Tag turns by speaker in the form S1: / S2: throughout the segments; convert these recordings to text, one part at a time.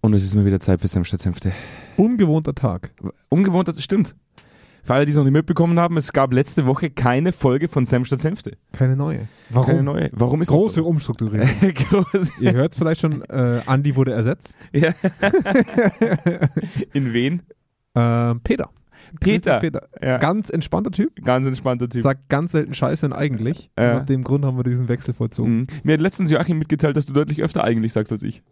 S1: Und es ist mal wieder Zeit für Senfstadt-Senfte.
S2: Ungewohnter Tag.
S1: Ungewohnt, das stimmt. Für alle, die es noch nicht mitbekommen haben, es gab letzte Woche keine Folge von Senfstadt-Senfte.
S2: Keine neue. Warum?
S1: Keine neue. Warum ist
S2: Große
S1: das
S2: Umstrukturierung.
S1: so? Große.
S2: Ihr hört es vielleicht schon, äh, Andi wurde ersetzt.
S1: Ja. In wen?
S2: Ähm, Peter.
S1: Peter.
S2: Christian Peter.
S1: Ja.
S2: Ganz entspannter Typ.
S1: Ganz entspannter Typ.
S2: Sagt ganz selten Scheiße und eigentlich.
S1: Ja.
S2: Und aus dem Grund haben wir diesen Wechsel vollzogen.
S1: Mhm. Mir hat letztens Joachim mitgeteilt, dass du deutlich öfter eigentlich sagst als ich.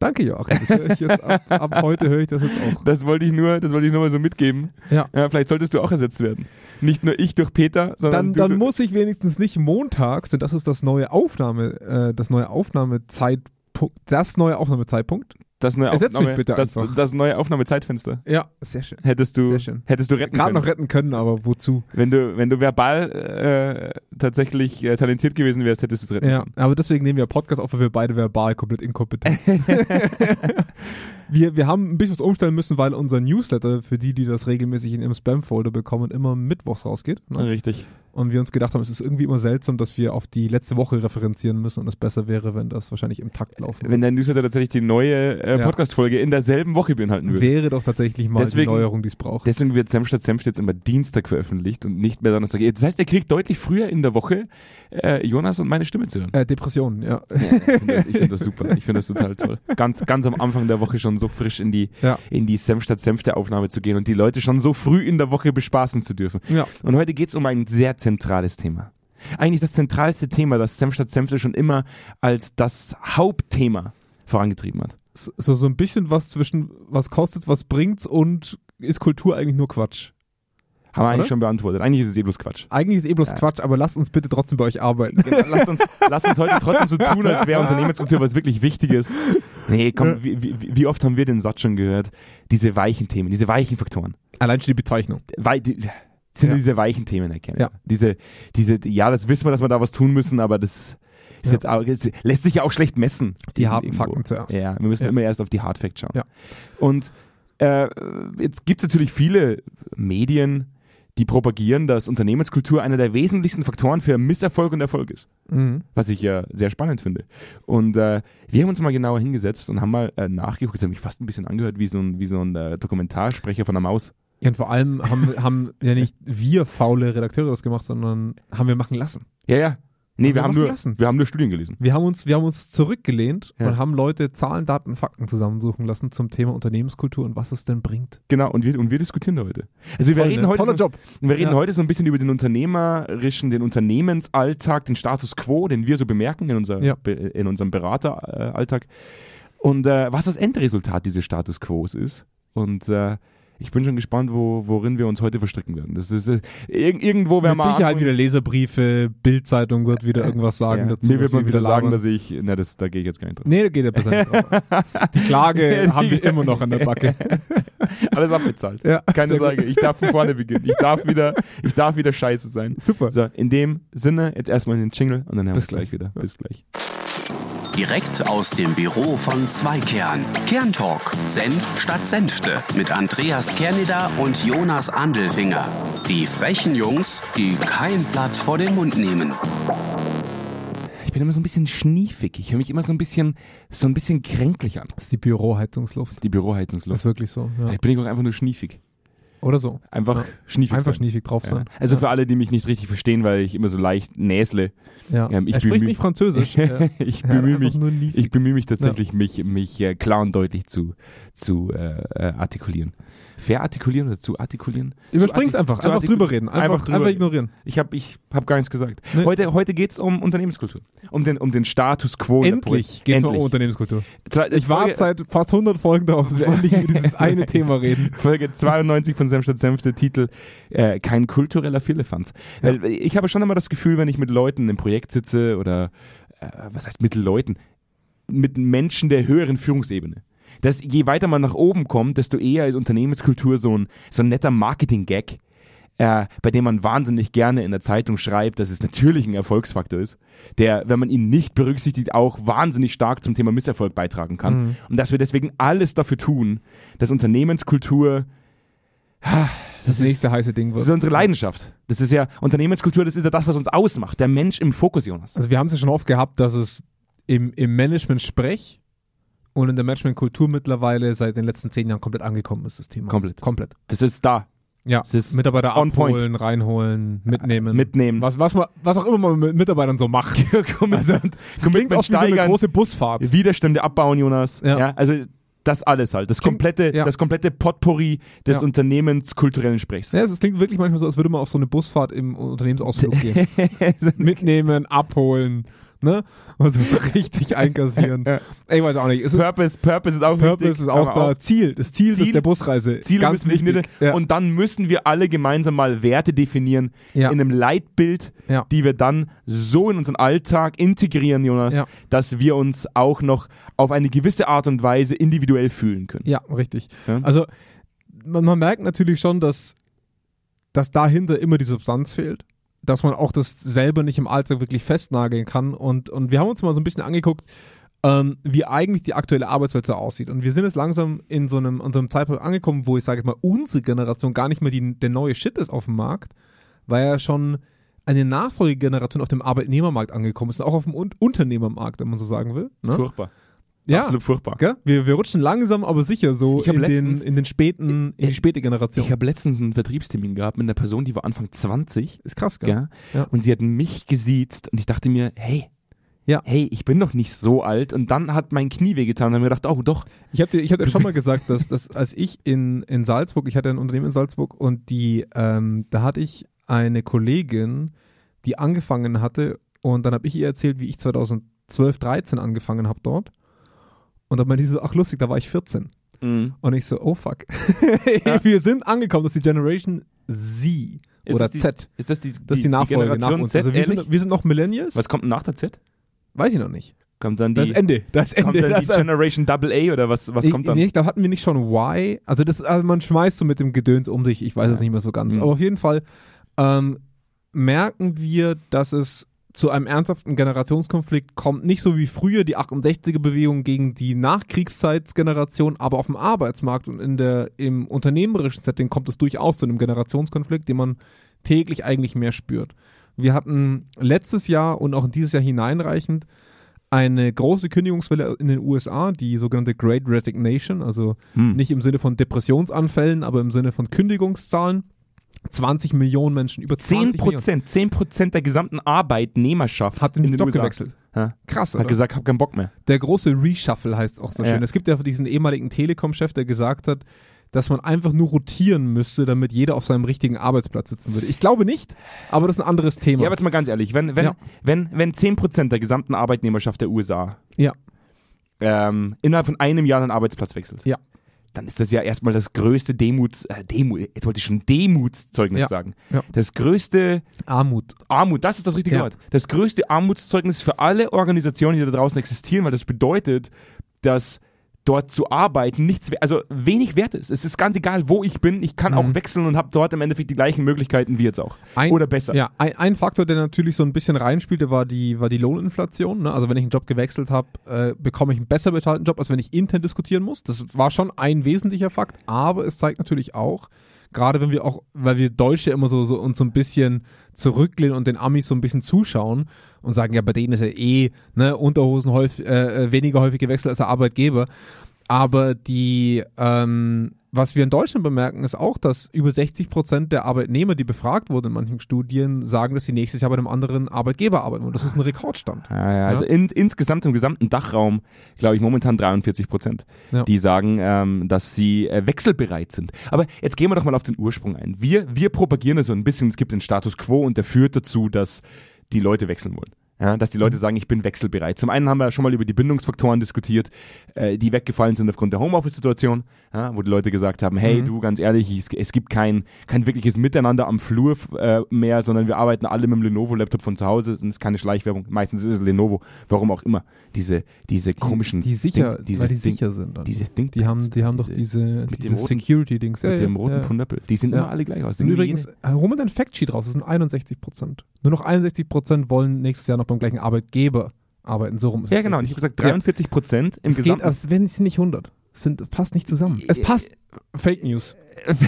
S2: Danke, Joachim. Das höre ich jetzt ab, ab heute höre ich das jetzt auch.
S1: Das wollte ich nur, das wollte ich nur mal so mitgeben.
S2: Ja.
S1: Ja, vielleicht solltest du auch ersetzt werden. Nicht nur ich durch Peter, sondern
S2: Dann,
S1: du,
S2: dann
S1: du,
S2: muss ich wenigstens nicht montags, denn das ist das neue Aufnahme, äh, das neue Aufnahmezeitpunkt, das neue Aufnahmezeitpunkt.
S1: das neue
S2: Ersetz mich
S1: Aufnahme,
S2: bitte
S1: das,
S2: einfach.
S1: das neue Aufnahmezeitfenster.
S2: Ja, sehr schön.
S1: Hättest du,
S2: Sehr schön.
S1: hättest du retten
S2: Gerade
S1: können.
S2: noch retten können, aber wozu?
S1: Wenn du, wenn du verbal äh, tatsächlich äh, talentiert gewesen wärst, hättest du es retten
S2: Ja, aber deswegen nehmen wir Podcast auf, weil wir beide verbal komplett inkompetent sind. wir, wir haben ein bisschen was umstellen müssen, weil unser Newsletter, für die, die das regelmäßig in ihrem Spam-Folder bekommen, immer mittwochs rausgeht.
S1: können.
S2: Ne?
S1: Richtig.
S2: Und wir uns gedacht haben, es ist irgendwie immer seltsam, dass wir auf die letzte Woche referenzieren müssen und es besser wäre, wenn das wahrscheinlich im Takt laufen würde.
S1: Wenn dein Newsletter tatsächlich die neue äh,
S2: Ja.
S1: Podcast-Folge in derselben Woche beinhalten würde.
S2: Wäre doch tatsächlich mal
S1: Deswegen-
S2: die Neuerung, die es braucht.
S1: Deswegen wird Senf statt Senf jetzt immer Dienstag veröffentlicht und nicht mehr Donnerstag. Das heißt, er kriegt deutlich früher in der Woche äh, Jonas und meine Stimme zu hören.
S2: Äh, Depressionen, ja.
S1: Ich finde das, ich find das super. Ich finde das total toll. Ganz, ganz am Anfang der Woche schon so frisch in die,
S2: Ja.
S1: in die Senf statt Senf der Aufnahme zu gehen und die Leute schon so früh in der Woche bespaßen zu dürfen.
S2: ja.
S1: Und heute geht's um ein sehr zentrales Thema. Eigentlich das zentralste Thema, das Senf statt Senfte schon immer als das Hauptthema vorangetrieben hat.
S2: So, so ein bisschen was zwischen, was kostet's, was bringt's und ist Kultur eigentlich nur Quatsch?
S1: Haben wir eigentlich
S2: Oder?
S1: schon beantwortet. Eigentlich ist es eh bloß Quatsch.
S2: Eigentlich ist eh bloß
S1: Ja.
S2: Quatsch, aber lasst uns bitte trotzdem bei euch arbeiten.
S1: Genau, lasst, uns, lasst uns heute trotzdem so tun, als wäre Unternehmenskultur was wirklich Wichtiges. Nee, komm, wie, wie, wie oft haben wir den Satz schon gehört? Diese weichen Themen, diese weichen Faktoren.
S2: Allein schon die Bezeichnung.
S1: Wei die, sind
S2: Ja.
S1: diese weichen Themen erkennen.
S2: Ja.
S1: Diese, diese, ja, das wissen wir, dass wir da was tun müssen, aber das ist
S2: Ja.
S1: jetzt auch, das lässt sich ja auch schlecht messen.
S2: Die harten
S1: Irgendwo.
S2: Fakten zuerst.
S1: Ja, wir müssen
S2: Ja.
S1: immer erst auf die Hard Facts schauen.
S2: Ja.
S1: Und äh, jetzt gibt es natürlich viele Medien, die propagieren, dass Unternehmenskultur einer der wesentlichsten Faktoren für Misserfolg und Erfolg ist
S2: Mhm.
S1: was ich ja sehr spannend finde. Und äh, wir haben uns mal genauer hingesetzt und haben mal äh, nachgeguckt. Das hat mich fast ein bisschen angehört wie so ein, wie so ein äh, Dokumentarsprecher von der Maus.
S2: Ja, und vor allem haben, haben ja nicht wir faule Redakteure das gemacht, sondern haben wir machen lassen.
S1: Ja, ja. Nee, wir
S2: Haben wir
S1: haben,
S2: machen
S1: nur,
S2: lassen.
S1: wir haben nur Studien gelesen.
S2: Wir haben uns, wir haben uns zurückgelehnt
S1: Ja.
S2: und haben Leute Zahlen, Daten, Fakten zusammensuchen lassen zum Thema Unternehmenskultur und was es denn bringt.
S1: Genau, und wir, und wir diskutieren da heute. Also wir reden,
S2: ne?
S1: heute,
S2: Toller
S1: so,
S2: Job.
S1: wir reden
S2: Ja.
S1: heute so ein bisschen über den unternehmerischen, den Unternehmensalltag, den Status Quo, den wir so bemerken in, unser,
S2: Ja.
S1: be- in unserem Berateralltag. Und äh, was das Endresultat dieses Status Quos ist. Und äh, ich bin schon gespannt, wo, worin wir uns heute verstricken werden. Das ist äh, irg irgendwo werden
S2: Mit
S1: wir
S2: Sicherheit wieder Leserbriefe, Bildzeitung wird wieder irgendwas sagen
S1: ja.
S2: dazu.
S1: Mir wird
S2: was wir
S1: man wieder sagen,
S2: labern.
S1: dass ich, na, das, da gehe ich jetzt gar nicht drauf.
S2: Nee, da geht ja besser nicht drauf. Die Klage haben wir immer noch an der Backe.
S1: Alles abbezahlt.
S2: Ja,
S1: Keine
S2: sehr gut.
S1: Sorge, ich darf von vorne beginnen. Ich darf wieder, ich darf wieder scheiße sein.
S2: Super.
S1: So, in dem Sinne, jetzt erstmal den Jingle und dann haben wir
S2: Bis
S1: es gleich wieder. Bis gleich.
S3: Direkt aus dem Büro von Zweikern. Kerntalk. Senf statt Senfte. Mit Andreas Kerneder und Jonas Andelfinger. Die frechen Jungs, die kein Blatt vor den Mund nehmen.
S1: Ich bin immer so ein bisschen schniefig. Ich höre mich immer so ein bisschen, so ein bisschen kränklich an.
S2: Das ist die Büroheizungsluft.
S1: Das ist die Büroheizungsluft.
S2: Das ist wirklich so. Ja.
S1: Vielleicht bin ich auch einfach nur schniefig.
S2: Oder so.
S1: Einfach
S2: Ja.
S1: schniefig.
S2: Einfach
S1: sein.
S2: schniefig drauf sein.
S1: Ja. Also für alle, die mich nicht richtig verstehen, weil ich immer so leicht näsle.
S2: Ja.
S1: Ähm, ich
S2: er spricht
S1: bemühe-
S2: nicht Französisch.
S1: ich
S2: Ja,
S1: bemühe
S2: einfach
S1: mich,
S2: nur niefig.
S1: ich bemühe mich tatsächlich, mich, mich äh, klar und deutlich zu, zu äh, äh, artikulieren. Verartikulieren oder zu artikulieren?
S2: Überspring's
S1: Zu artik-
S2: einfach.
S1: zu
S2: Einfach
S1: artik-
S2: drüber reden. Einfach,
S1: Einfach
S2: einfach,
S1: drüber reden.
S2: ignorieren.
S1: Ich habe ich hab gar nichts gesagt.
S2: Nee.
S1: Heute, heute geht es um Unternehmenskultur. Um den, um den Status quo. in der
S2: Endlich
S1: Politik.
S2: geht's mal
S1: Endlich.
S2: um Unternehmenskultur.
S1: Zwei-
S2: Ich
S1: Folge,
S2: warte seit fast 100 Folgen darauf, dass wir endlich über dieses eine Thema reden.
S1: Folge 92 von Senf statt Senf, der Titel äh, Kein kultureller Firlefanz. Weil äh, ich habe schon immer das Gefühl, wenn ich mit Leuten im Projekt sitze oder, äh, was heißt mit Leuten, mit Menschen der höheren Führungsebene. Dass je weiter man nach oben kommt, desto eher ist Unternehmenskultur so ein, so ein netter Marketing-Gag, äh, bei dem man wahnsinnig gerne in der Zeitung schreibt, dass es natürlich ein Erfolgsfaktor ist, der, wenn man ihn nicht berücksichtigt, auch wahnsinnig stark zum Thema Misserfolg beitragen kann.
S2: Mhm.
S1: Und dass wir deswegen alles dafür tun, dass Unternehmenskultur
S2: Das, nächste heiße Ding
S1: das
S2: wird.
S1: ist unsere Leidenschaft. Das ist ja Unternehmenskultur, das ist ja das, was uns ausmacht. Der Mensch im Fokus, Jonas.
S2: Also wir haben es ja schon oft gehabt, dass es im, im Management-Sprech Und in der Management-Kultur mittlerweile seit den letzten zehn Jahren komplett angekommen ist das Thema.
S1: Komplett.
S2: Komplett.
S1: Das ist da.
S2: Ja.
S1: Das ist
S2: Mitarbeiter
S1: on
S2: abholen, reinholen, mitnehmen.
S1: Mitnehmen.
S2: was, was, man, was auch immer man mit Mitarbeitern so macht.
S1: Commitment-
S2: Also, Das klingt
S1: Commitment
S2: auch wie so eine
S1: steigern.
S2: große Busfahrt.
S1: Widerstände abbauen, Jonas.
S2: Ja.
S1: Ja. also das alles halt. Das
S2: Klingt-
S1: komplette,
S2: ja.
S1: das komplette Potpourri des
S2: Ja.
S1: Unternehmens kulturellen Sprechs.
S2: Ja, es klingt wirklich manchmal so, als würde man auf so eine Busfahrt im Unternehmensausflug gehen. Mitnehmen, abholen, ne? Also richtig einkassieren.
S1: Ja.
S2: Ey, weiß auch nicht. Es ist,
S1: Purpose, Purpose ist auch
S2: Purpose
S1: wichtig.
S2: ist auch
S1: aber
S2: da. Ziel, das Ziel,
S1: Ziel-
S2: der Busreise.
S1: Ziele
S2: Ganz
S1: müssen definiert
S2: wichtig.
S1: werden.
S2: Ja.
S1: Und dann müssen wir alle gemeinsam mal Werte definieren
S2: Ja.
S1: in einem Leitbild,
S2: Ja.
S1: die wir dann so in unseren Alltag integrieren, Jonas,
S2: Ja.
S1: dass wir uns auch noch auf eine gewisse Art und Weise individuell fühlen können.
S2: Ja, richtig.
S1: Ja.
S2: Also man, man merkt natürlich schon, dass, dass dahinter immer die Substanz fehlt, dass man auch das selber nicht im Alltag wirklich festnageln kann. Und, und wir haben uns mal so ein bisschen angeguckt, ähm, wie eigentlich die aktuelle Arbeitswelt so aussieht. Und wir sind jetzt langsam in so einem, in so einem Zeitpunkt angekommen, wo ich sage jetzt mal, unsere Generation gar nicht mehr die, der neue Shit ist auf dem Markt, weil ja schon eine Nachfolgegeneration auf dem Arbeitnehmermarkt angekommen ist, und auch auf dem Un Unternehmermarkt, wenn man so sagen will.
S1: Das ist
S2: Ne?
S1: furchtbar.
S2: Ja,
S1: Absolut furchtbar.
S2: Gell? Wir, wir rutschen langsam, aber sicher so
S1: Ich hab
S2: in, den,
S1: letztens-
S2: in den späten, in die späte Generation.
S1: Ich habe letztens einen Vertriebstermin gehabt mit einer Person, die war Anfang 20
S2: ist krass, gell?
S1: Ja.
S2: Ja.
S1: Und sie hat mich gesiezt und ich dachte mir, hey,
S2: Ja.
S1: hey, ich bin doch nicht so alt. Und dann hat mein Knie wehgetan und dann hab ich mir gedacht, oh doch,
S2: Ich habe dir, ich hab dir schon mal gesagt, dass, dass als ich in, in Salzburg, ich hatte ein Unternehmen in Salzburg und die, ähm, da hatte ich eine Kollegin, die angefangen hatte und dann habe ich ihr erzählt, wie ich 2012, 13 angefangen habe dort. Und dann meinte sie so, ach lustig, da war ich 14. Und ich so, oh fuck.
S1: Ja.
S2: Wir sind angekommen, das ist die Generation Z
S1: Ist
S2: oder
S1: das die-
S2: Z.
S1: ist das die,
S2: Das ist die Nachfolge
S1: Generation
S2: nach uns.
S1: Z,
S2: also wir,
S1: ehrlich?
S2: sind, wir sind noch Millennials.
S1: Was kommt denn nach der Z?
S2: Weiß ich noch nicht.
S1: Kommt dann die,
S2: Das Ende. Das
S1: kommt
S2: Ende.
S1: dann
S2: Das
S1: die Generation Double A oder was, was
S2: ich,
S1: kommt dann?
S2: Nee, ich glaube, hatten wir nicht schon Y? Also, das, also man schmeißt so mit dem Gedöns um sich. Ich weiß es nicht mehr so ganz.
S1: Mhm.
S2: Aber auf jeden Fall ähm, merken wir, dass es zu einem ernsthaften Generationskonflikt kommt. Nicht so wie früher die 68er-Bewegung gegen die Nachkriegszeitsgeneration, aber auf dem Arbeitsmarkt und in der, im unternehmerischen Setting kommt es durchaus zu einem Generationskonflikt, den man täglich eigentlich mehr spürt. Wir hatten letztes Jahr und auch in dieses Jahr hineinreichend eine große Kündigungswelle in den USA, die sogenannte Great Resignation, also
S1: Hm.
S2: nicht im Sinne von Depressionsanfällen, aber im Sinne von Kündigungszahlen. 20 Millionen Menschen, über
S1: 10
S2: 20 Millionen,
S1: Prozent, 10 Prozent der gesamten Arbeitnehmerschaft
S2: hat den,
S1: in den
S2: Job
S1: USA.
S2: gewechselt.
S1: Ja.
S2: Krass,
S1: Hat
S2: oder?
S1: gesagt, hab keinen Bock mehr.
S2: Der große Reshuffle heißt es auch so
S1: Ja.
S2: schön. Es gibt ja diesen ehemaligen Telekom-Chef, der gesagt hat, dass man einfach nur rotieren müsste, damit jeder auf seinem richtigen Arbeitsplatz sitzen würde. Ich glaube nicht, aber das ist ein anderes Thema.
S1: Ja, aber jetzt mal ganz ehrlich, wenn, wenn,
S2: Ja.
S1: wenn, wenn 10% der gesamten Arbeitnehmerschaft der USA
S2: Ja.
S1: ähm, innerhalb von einem Jahr seinen Arbeitsplatz wechselt,
S2: Ja.
S1: dann ist das ja erstmal das größte Demuts, äh, Demu, jetzt wollte ich schon Demutszeugnis
S2: Ja.
S1: sagen.
S2: Ja.
S1: Das größte
S2: Armut.
S1: Armut, das ist das richtige
S2: Ja.
S1: Wort. Das größte Armutszeugnis für alle Organisationen, die da draußen existieren, weil das bedeutet, dass dort zu arbeiten nichts, we- also wenig wert ist. Es ist ganz egal, wo ich bin, ich kann auch wechseln und habe dort im Endeffekt die gleichen Möglichkeiten wie jetzt auch.
S2: Mhm. Ein-
S1: Oder besser.
S2: Ja, ein, ein Faktor, der natürlich so ein bisschen reinspielte, war die, war die Lohninflation. Ne? Also wenn ich einen Job gewechselt habe, äh, bekomme ich einen besser bezahlten Job, als wenn ich intern diskutieren muss. Das war schon ein wesentlicher Fakt, aber es zeigt natürlich auch, gerade wenn wir auch, weil wir Deutsche immer so, so uns so ein bisschen zurücklehnen und den Amis so ein bisschen zuschauen und sagen, ja, bei denen ist ja eh ne, Unterhosen häufig, äh, äh, weniger häufig gewechselt als der Arbeitgeber. Aber die, ähm, was wir in Deutschland bemerken, ist auch, dass über 60 Prozent der Arbeitnehmer, die befragt wurden in manchen Studien, sagen, dass sie nächstes Jahr bei einem anderen Arbeitgeber arbeiten. Und das ist ein Rekordstand.
S1: Ja, ja, also In, insgesamt im gesamten Dachraum, glaube ich, momentan 43 Prozent,
S2: Ja.
S1: die sagen, ähm, dass sie äh, wechselbereit sind. Aber jetzt gehen wir doch mal auf den Ursprung ein. Wir, wir propagieren das so ein bisschen, es gibt den Status quo und der führt dazu, dass die Leute wechseln wollen. Ja, dass die Leute sagen, ich bin wechselbereit. Zum einen haben wir ja schon mal über die Bindungsfaktoren diskutiert, äh, die weggefallen sind aufgrund der Homeoffice-Situation, ja, wo die Leute gesagt haben, hey,
S2: Mhm.
S1: du, ganz ehrlich, ich, es gibt kein, kein wirkliches Miteinander am Flur äh, mehr, sondern wir arbeiten alle mit dem Lenovo-Laptop von zu Hause. Das ist keine Schleichwerbung. Meistens ist es Lenovo, warum auch immer. Diese, diese komischen...
S2: Die sicher,
S1: Think, diese
S2: weil die
S1: Think,
S2: sicher sind. Dann.
S1: Diese Think
S2: die haben, die haben doch
S1: diese,
S2: diese,
S1: mit
S2: diese
S1: dem roten-
S2: Security-Dings.
S1: mit dem roten
S2: ja.
S1: Punöppel. Die sehen
S2: Ja.
S1: immer alle gleich aus.
S2: Und
S1: Irgendwie
S2: übrigens, äh,
S1: jene-
S2: hol mal dein Factsheet raus, das sind 61 Prozent. Nur noch 61 Prozent wollen nächstes Jahr noch beim gleichen Arbeitgeber arbeiten. So rum ist
S1: ja
S2: es
S1: genau. Und ich
S2: richtig.
S1: habe gesagt,
S2: Ja.
S1: 43 Prozent im
S2: Es geht,
S1: gesamten... Äh,
S2: als wenn es nicht 100. Es sind, es passt nicht zusammen. Es passt. Fake News.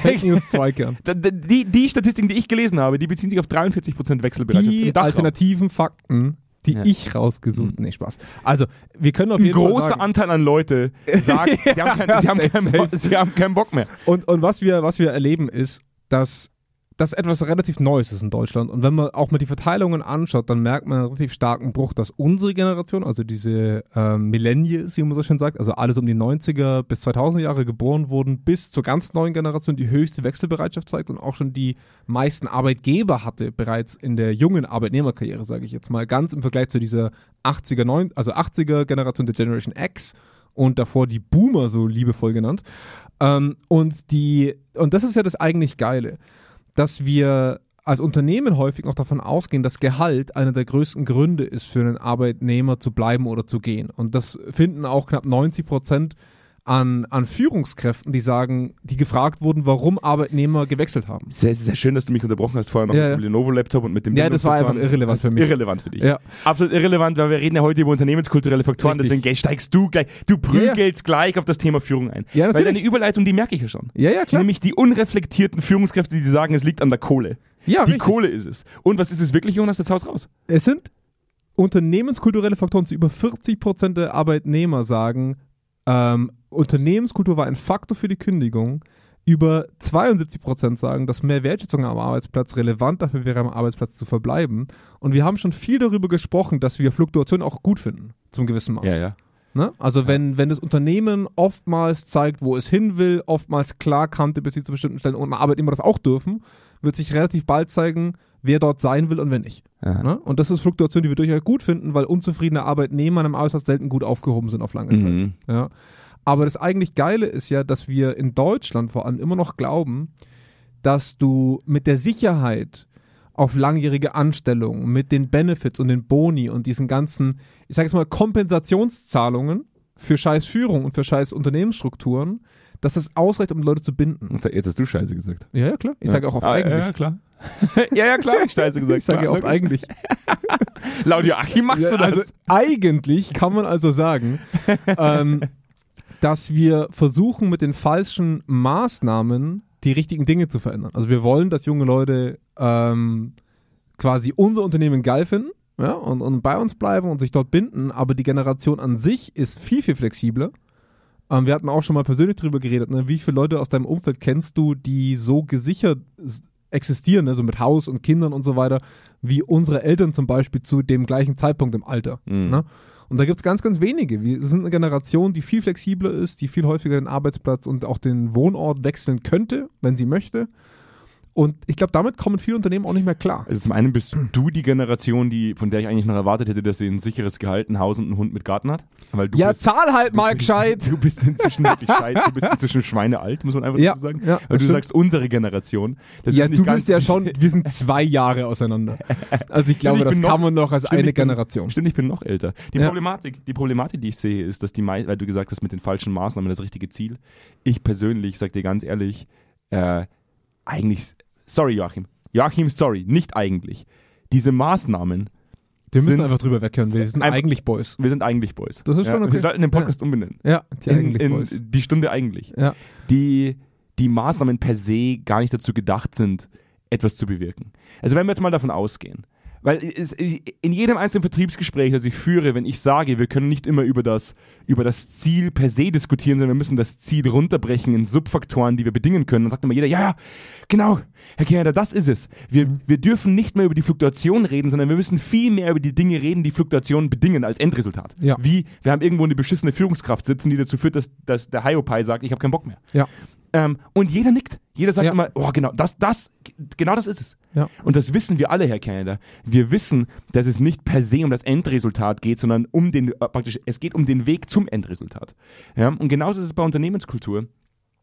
S2: Fake News Zweikern.
S1: Da- da- Die, die Statistiken, die ich gelesen habe, die beziehen sich auf 43% Wechselbereitschaft.
S2: Die
S1: im Dachraum.
S2: alternativen Fakten die
S1: Ja. Mhm.
S2: ich rausgesucht. Nee, Spaß. Also, wir können auf
S1: Ein
S2: jeden Fall
S1: großer
S2: sagen,
S1: Anteil an Leute sagt, sie, haben kein, sie, haben
S2: Safe,
S1: keinen Bock,
S2: safe.
S1: sie haben keinen Bock mehr.
S2: Und, und was, wir, was wir erleben ist, dass das etwas relativ Neues ist in Deutschland. Und wenn man auch mal die Verteilungen anschaut, dann merkt man einen relativ starken Bruch, dass unsere Generation, also diese ähm, Millennials, wie man so schön sagt, also alles um die 90er bis 2000 Jahre geboren wurden, bis zur ganz neuen Generation die höchste Wechselbereitschaft zeigt und auch schon die meisten Arbeitgeber hatte bereits in der jungen Arbeitnehmerkarriere, sage ich jetzt mal, ganz im Vergleich zu dieser 80er, 9, also 80er Generation der Generation X und davor die Boomer so liebevoll genannt. Ähm, und die, und das ist ja das eigentlich Geile, dass wir als Unternehmen häufig noch davon ausgehen, dass Gehalt einer der größten Gründe ist, für einen Arbeitnehmer zu bleiben oder zu gehen. Und das finden auch knapp 90 Prozent an, an Führungskräften, die sagen, die gefragt wurden, warum Arbeitnehmer gewechselt haben.
S1: Sehr, sehr schön, dass du mich unterbrochen hast, vorher noch
S2: Ja,
S1: mit
S2: ja.
S1: dem Lenovo-Laptop und mit dem
S2: Ja, das war
S1: Bildungsfaktoren.
S2: einfach irrelevant für mich.
S1: Irrelevant für dich.
S2: Ja.
S1: Absolut irrelevant, weil wir reden ja heute über unternehmenskulturelle Faktoren,
S2: Richtig.
S1: deswegen gleich steigst du gleich, du prügelst gleich auf das Thema Führung ein.
S2: Ja,
S1: weil
S2: natürlich.
S1: deine Überleitung, die merke ich ja schon.
S2: Ja, ja, klar.
S1: Nämlich die unreflektierten Führungskräfte, die sagen, es liegt an der Kohle.
S2: Ja,
S1: die
S2: richtig.
S1: Kohle ist es. Und was ist es wirklich, Jonas? Jetzt haus raus.
S2: Es sind unternehmenskulturelle Faktoren. Zu über 40 Prozent der Arbeitnehmer sagen, ähm, Unternehmenskultur war ein Faktor für die Kündigung. Über 72 Prozent sagen, dass mehr Wertschätzung am Arbeitsplatz relevant dafür wäre, am Arbeitsplatz zu verbleiben. Und wir haben schon viel darüber gesprochen, dass wir Fluktuation auch gut finden, zum gewissen Maß.
S1: ja.
S2: Ne? Also wenn, wenn das Unternehmen oftmals zeigt, wo es hin will, oftmals klar kannte bis sie zu bestimmten Stellen und Arbeitnehmer das auch dürfen, wird sich relativ bald zeigen, wer dort sein will und wer nicht.
S1: Aha.
S2: Ne? Und das ist Fluktuation, die wir durchaus gut finden, weil unzufriedene Arbeitnehmer an einem Arbeitsplatz selten gut aufgehoben sind auf lange Zeit.
S1: Mhm.
S2: Ja. Aber das eigentlich Geile ist ja, dass wir in Deutschland vor allem immer noch glauben, dass du mit der Sicherheit auf langjährige Anstellung, mit den Benefits und den Boni und diesen ganzen, ich sage jetzt mal, Kompensationszahlungen für scheiß Führung und für scheiß Unternehmensstrukturen, dass das ausreicht, um Leute zu binden.
S1: Und da- Jetzt hast du Scheiße gesagt.
S2: Ja, ja, klar. Ich sage auch oft
S1: Ah,
S2: eigentlich.
S1: Ja, ja, klar. ja, ja, klar, hab ich Scheiße gesagt.
S2: Ich sage ja
S1: klar.
S2: oft eigentlich.
S1: Laut Joachim machst
S2: Ja,
S1: du das.
S2: Also eigentlich kann man also sagen, ähm, dass wir versuchen mit den falschen Maßnahmen die richtigen Dinge zu verändern. Also wir wollen, dass junge Leute ähm, quasi unser Unternehmen geil finden ja, und, und bei uns bleiben und sich dort binden, aber die Generation an sich ist viel, viel flexibler. Ähm, wir hatten auch schon mal persönlich drüber geredet, ne? wie viele Leute aus deinem Umfeld kennst du, die so gesichert s- existieren, ne? so mit Haus und Kindern und so weiter, wie unsere Eltern zum Beispiel zu dem gleichen Zeitpunkt im Alter.
S1: Mhm.
S2: Ne? Und da gibt es ganz, ganz wenige. Wir sind eine Generation, die viel flexibler ist, die viel häufiger den Arbeitsplatz und auch den Wohnort wechseln könnte, wenn sie möchte. Und ich glaube, damit kommen viele Unternehmen auch nicht mehr klar.
S1: Also zum einen bist du die Generation, die, von der ich eigentlich noch erwartet hätte, dass sie ein sicheres Gehalt, ein Haus und einen Hund mit Garten hat. Weil du bist,
S2: zahl halt mal
S1: Du bist inzwischen wirklich gescheit, du bist inzwischen schweinealt, muss man einfach
S2: Ja,
S1: dazu sagen.
S2: ja, das
S1: Weil du
S2: stimmt.
S1: sagst, unsere Generation. Das
S2: ja,
S1: ist nicht
S2: du
S1: ganz-
S2: bist ja schon, wir sind zwei Jahre auseinander. Also ich glaube,
S1: ich
S2: das
S1: bin
S2: kann
S1: noch-
S2: man noch als
S1: Stimmt,
S2: eine
S1: ich bin-
S2: Generation.
S1: Stimmt, ich bin noch älter. Die
S2: Ja.
S1: Problematik, die Problematik, die ich sehe, ist, dass die, mei- weil du gesagt hast, mit den falschen Maßnahmen das richtige Ziel. Ich persönlich, sag dir ganz ehrlich, äh, eigentlich, sorry Joachim, Joachim, sorry, nicht eigentlich. Diese Maßnahmen,
S2: Wir müssen
S1: sind-
S2: einfach drüber weghören, wir sind
S1: Ein-
S2: eigentlich Boys.
S1: wir sind eigentlich Boys.
S2: Das ist schon okay.
S1: Wir sollten den Podcast umbenennen.
S2: Ja, die
S1: in,
S2: eigentlich
S1: in
S2: Boys.
S1: die Stunde eigentlich.
S2: Ja.
S1: Die, die Maßnahmen per se gar nicht dazu gedacht sind, etwas zu bewirken. Also wenn wir jetzt mal davon ausgehen, weil es, in jedem einzelnen Vertriebsgespräch, das ich führe, wenn ich sage, wir können nicht immer über das, über das Ziel per se diskutieren, sondern wir müssen das Ziel runterbrechen in Subfaktoren, die wir bedingen können, dann sagt immer jeder, ja, ja, genau, Herr Kerner, das ist es. Wir, wir dürfen nicht mehr über die Fluktuation reden, sondern wir müssen viel mehr über die Dinge reden, die Fluktuationen bedingen als Endresultat.
S2: Ja.
S1: Wie, wir haben irgendwo eine beschissene Führungskraft sitzen, die dazu führt, dass, dass der Hiopai sagt, ich habe keinen Bock mehr.
S2: Ja.
S1: Ähm, und jeder nickt. Jeder sagt
S2: Ja.
S1: immer, oh, genau, das, das, genau das ist es.
S2: Ja.
S1: Und das wissen wir alle, Herr Canada. Wir wissen, dass es nicht per se um das Endresultat geht, sondern um den, äh, praktisch, es geht um den Weg zum Endresultat. Ja? Und genauso ist es bei Unternehmenskultur.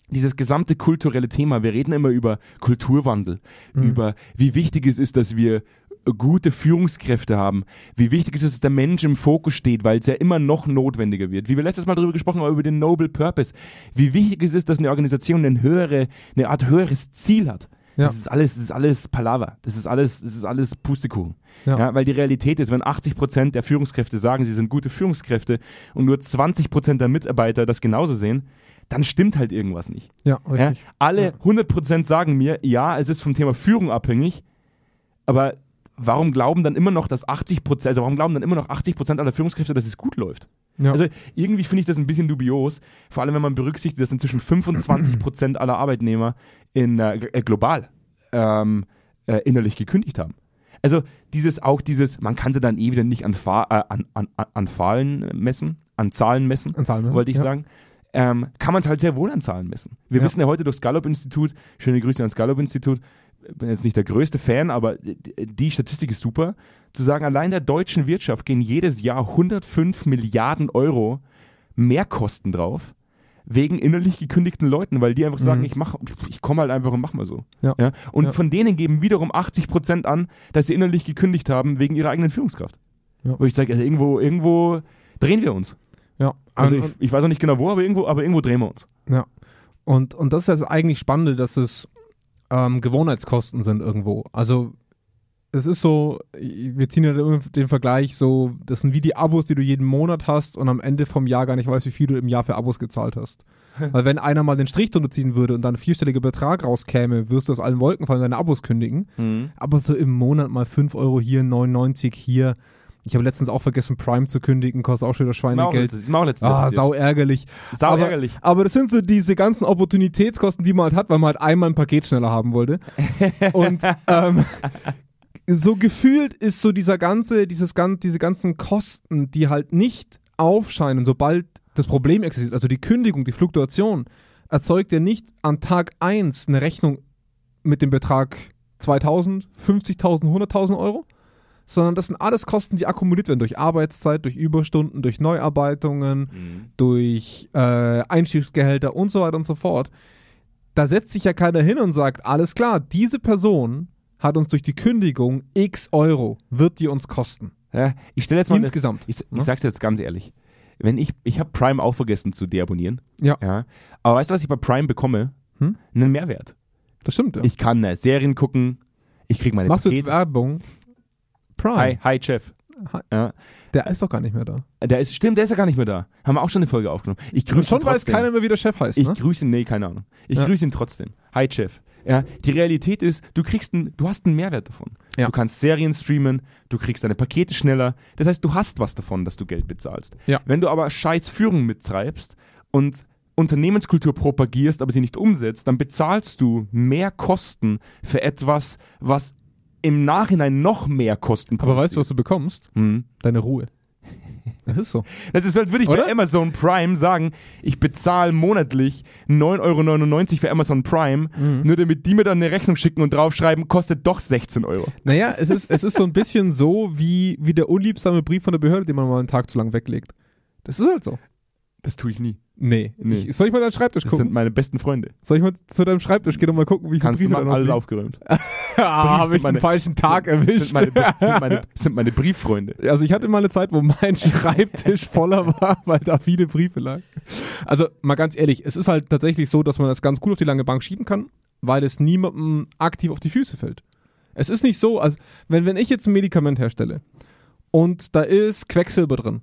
S1: Dieses gesamte kulturelle Thema. Wir reden immer über Kulturwandel, über wie wichtig es ist, dass wir gute Führungskräfte haben, wie wichtig es ist, dass der Mensch im Fokus steht, weil es ja immer noch notwendiger wird. Wie wir letztes Mal darüber gesprochen haben, über den Noble Purpose, wie wichtig es ist, dass eine Organisation eine, höhere, eine Art höheres Ziel hat.
S2: Ja.
S1: Das ist alles, das ist alles Palaver. Das ist alles, das ist alles Pustekuchen.
S2: Ja.
S1: Ja. weil die Realität ist, wenn 80 Prozent der Führungskräfte sagen, sie sind gute Führungskräfte und nur 20 Prozent der Mitarbeiter das genauso sehen, dann stimmt halt irgendwas nicht.
S2: Ja,
S1: Ja?
S2: richtig.
S1: Alle 100 Prozent sagen mir, ja, es ist vom Thema Führung abhängig, aber warum glauben dann immer noch, dass 80 Prozent, also warum glauben dann immer noch 80 Prozent aller Führungskräfte, dass es gut läuft?
S2: Ja.
S1: Also irgendwie finde ich das ein bisschen dubios, vor allem wenn man berücksichtigt, dass inzwischen 25 Prozent aller Arbeitnehmer in, äh, gl- äh, global ähm, äh, innerlich gekündigt haben. Also dieses auch dieses, man kann sie dann eh wieder nicht an, Fa äh, an, an, an- an Fahlen messen, an Zahlen messen,
S2: An Zahlen messen,
S1: wollte ich
S2: ja.
S1: sagen, ähm, kann man es halt sehr wohl an Zahlen messen. Wir
S2: Ja.
S1: wissen ja heute durchs Gallup-Institut, schöne Grüße ans Gallup-Institut, bin jetzt nicht der größte Fan, aber die die Statistik ist super, zu sagen, allein der deutschen Wirtschaft gehen jedes Jahr 105 Milliarden Euro Mehrkosten drauf, wegen innerlich gekündigten Leuten, weil die einfach sagen,
S2: Mhm.
S1: ich mach, ich komme halt einfach und mach mal so.
S2: Ja.
S1: Und
S2: Ja.
S1: von denen geben wiederum 80 Prozent an, dass sie innerlich gekündigt haben wegen ihrer eigenen Führungskraft.
S2: Ja.
S1: Wo ich sage, also irgendwo, irgendwo drehen wir uns.
S2: ja.
S1: Also
S2: An-
S1: ich, ich weiß auch nicht genau wo, aber irgendwo, aber irgendwo drehen wir uns.
S2: Ja. Und, und das ist das eigentlich Spannende, dass es ähm, Gewohnheitskosten sind irgendwo. Also es ist so, wir ziehen ja immer den Vergleich so, das sind wie die Abos, die du jeden Monat hast und am Ende vom Jahr gar nicht weißt, wie viel du im Jahr für Abos gezahlt hast. Weil wenn einer mal den Strich drunter ziehen würde und dann ein vierstelliger Betrag rauskäme, wirst du aus allen Wolken fallen und deine Abos kündigen. Aber so im Monat mal 5 Euro hier, 99 hier. Ich habe letztens auch vergessen, Prime zu kündigen, kostet auch schon wieder
S1: Ist mir auch
S2: Schweinegeld.
S1: letztes- ist mir auch letztes Jahr
S2: Ah,
S1: passiert.
S2: sau ärgerlich.
S1: Sau
S2: aber,
S1: ärgerlich.
S2: Aber das sind so diese ganzen Opportunitätskosten, die man halt hat, weil man halt einmal ein Paket schneller haben wollte. Und ähm, so gefühlt ist so dieser ganze, dieses gan diese ganzen Kosten, die halt nicht aufscheinen, sobald das Problem existiert, also die Kündigung, die Fluktuation, erzeugt ja nicht an Tag 1 eine Rechnung mit dem Betrag 2000, 50.000, 100.000 Euro, sondern das sind alles Kosten, die akkumuliert werden durch Arbeitszeit, durch Überstunden, durch Neuarbeitungen, durch äh, Einstiegsgehälter und so weiter und so fort. Da setzt sich ja keiner hin und sagt, alles klar, diese Person hat uns durch die Kündigung x Euro, wird die uns kosten.
S1: Ja, ich stelle jetzt mal eine,
S2: Insgesamt.
S1: Ich, ich
S2: Ne?
S1: sag's jetzt ganz ehrlich. Wenn ich, ich habe Prime auch vergessen zu deabonnieren.
S2: Ja.
S1: ja. Aber weißt du, was ich bei Prime bekomme?
S2: Hm?
S1: Einen Mehrwert.
S2: Das stimmt, ja.
S1: Ich kann äh, Serien gucken. Ich krieg meine
S2: Machst du jetzt
S1: Pakete.
S2: Werbung? Prime.
S1: Hi, hi, Chef.
S2: Hi.
S1: Ja.
S2: Der ist doch gar nicht mehr da.
S1: Der ist, stimmt, der ist ja gar nicht mehr da. Haben wir auch schon eine Folge aufgenommen. Ich
S2: Und
S1: grüße
S2: schon
S1: ihn
S2: weiß
S1: trotzdem.
S2: keiner mehr, wie der Chef heißt,
S1: Ich
S2: ne?
S1: grüße ihn, nee, keine Ahnung. Ich
S2: Ja.
S1: grüße ihn trotzdem. Hi, Chef. Ja, die Realität ist, du kriegst einen, du hast einen Mehrwert davon.
S2: Ja.
S1: Du kannst Serien streamen, du kriegst deine Pakete schneller. Das heißt, du hast was davon, dass du Geld bezahlst.
S2: Ja.
S1: Wenn du aber scheiß Führung mittreibst und Unternehmenskultur propagierst, aber sie nicht umsetzt, dann bezahlst du mehr Kosten für etwas, was im Nachhinein noch mehr Kosten
S2: Aber weißt du, was du bekommst?
S1: Hm.
S2: Deine Ruhe. Das ist so.
S1: Das ist, so, als würde ich bei
S2: Oder?
S1: Amazon Prime sagen, ich bezahle monatlich 9,99 Euro für Amazon Prime, nur damit die mir dann eine Rechnung schicken und draufschreiben, kostet doch 16 Euro.
S2: Naja, es ist, es ist so ein bisschen so wie, wie der unliebsame Brief von der Behörde, den man mal einen Tag zu lang weglegt. Das ist halt so.
S1: Das tue ich nie.
S2: Nee.
S1: Nee.
S2: Ich, soll ich mal deinen Schreibtisch
S1: Das sind
S2: gucken?
S1: meine besten Freunde.
S2: Soll ich mal zu deinem Schreibtisch gehen und mal gucken, wie viele
S1: Kannst du
S2: Briefe da
S1: machen,
S2: noch
S1: alles
S2: liegen?
S1: aufgeräumt.
S2: Ah,
S1: Brief sind
S2: habe ich
S1: meine-
S2: einen falschen Tag erwischt.
S1: Sind meine, sind meine, sind meine Brieffreunde.
S2: also ich hatte mal eine Zeit, wo mein Schreibtisch voller war, weil da viele Briefe lagen. Also mal ganz ehrlich, es ist halt tatsächlich so, dass man das ganz cool auf die lange Bank schieben kann, weil es niemandem aktiv auf die Füße fällt. Es ist nicht so, als wenn, wenn ich jetzt ein Medikament herstelle und da ist Quecksilber drin,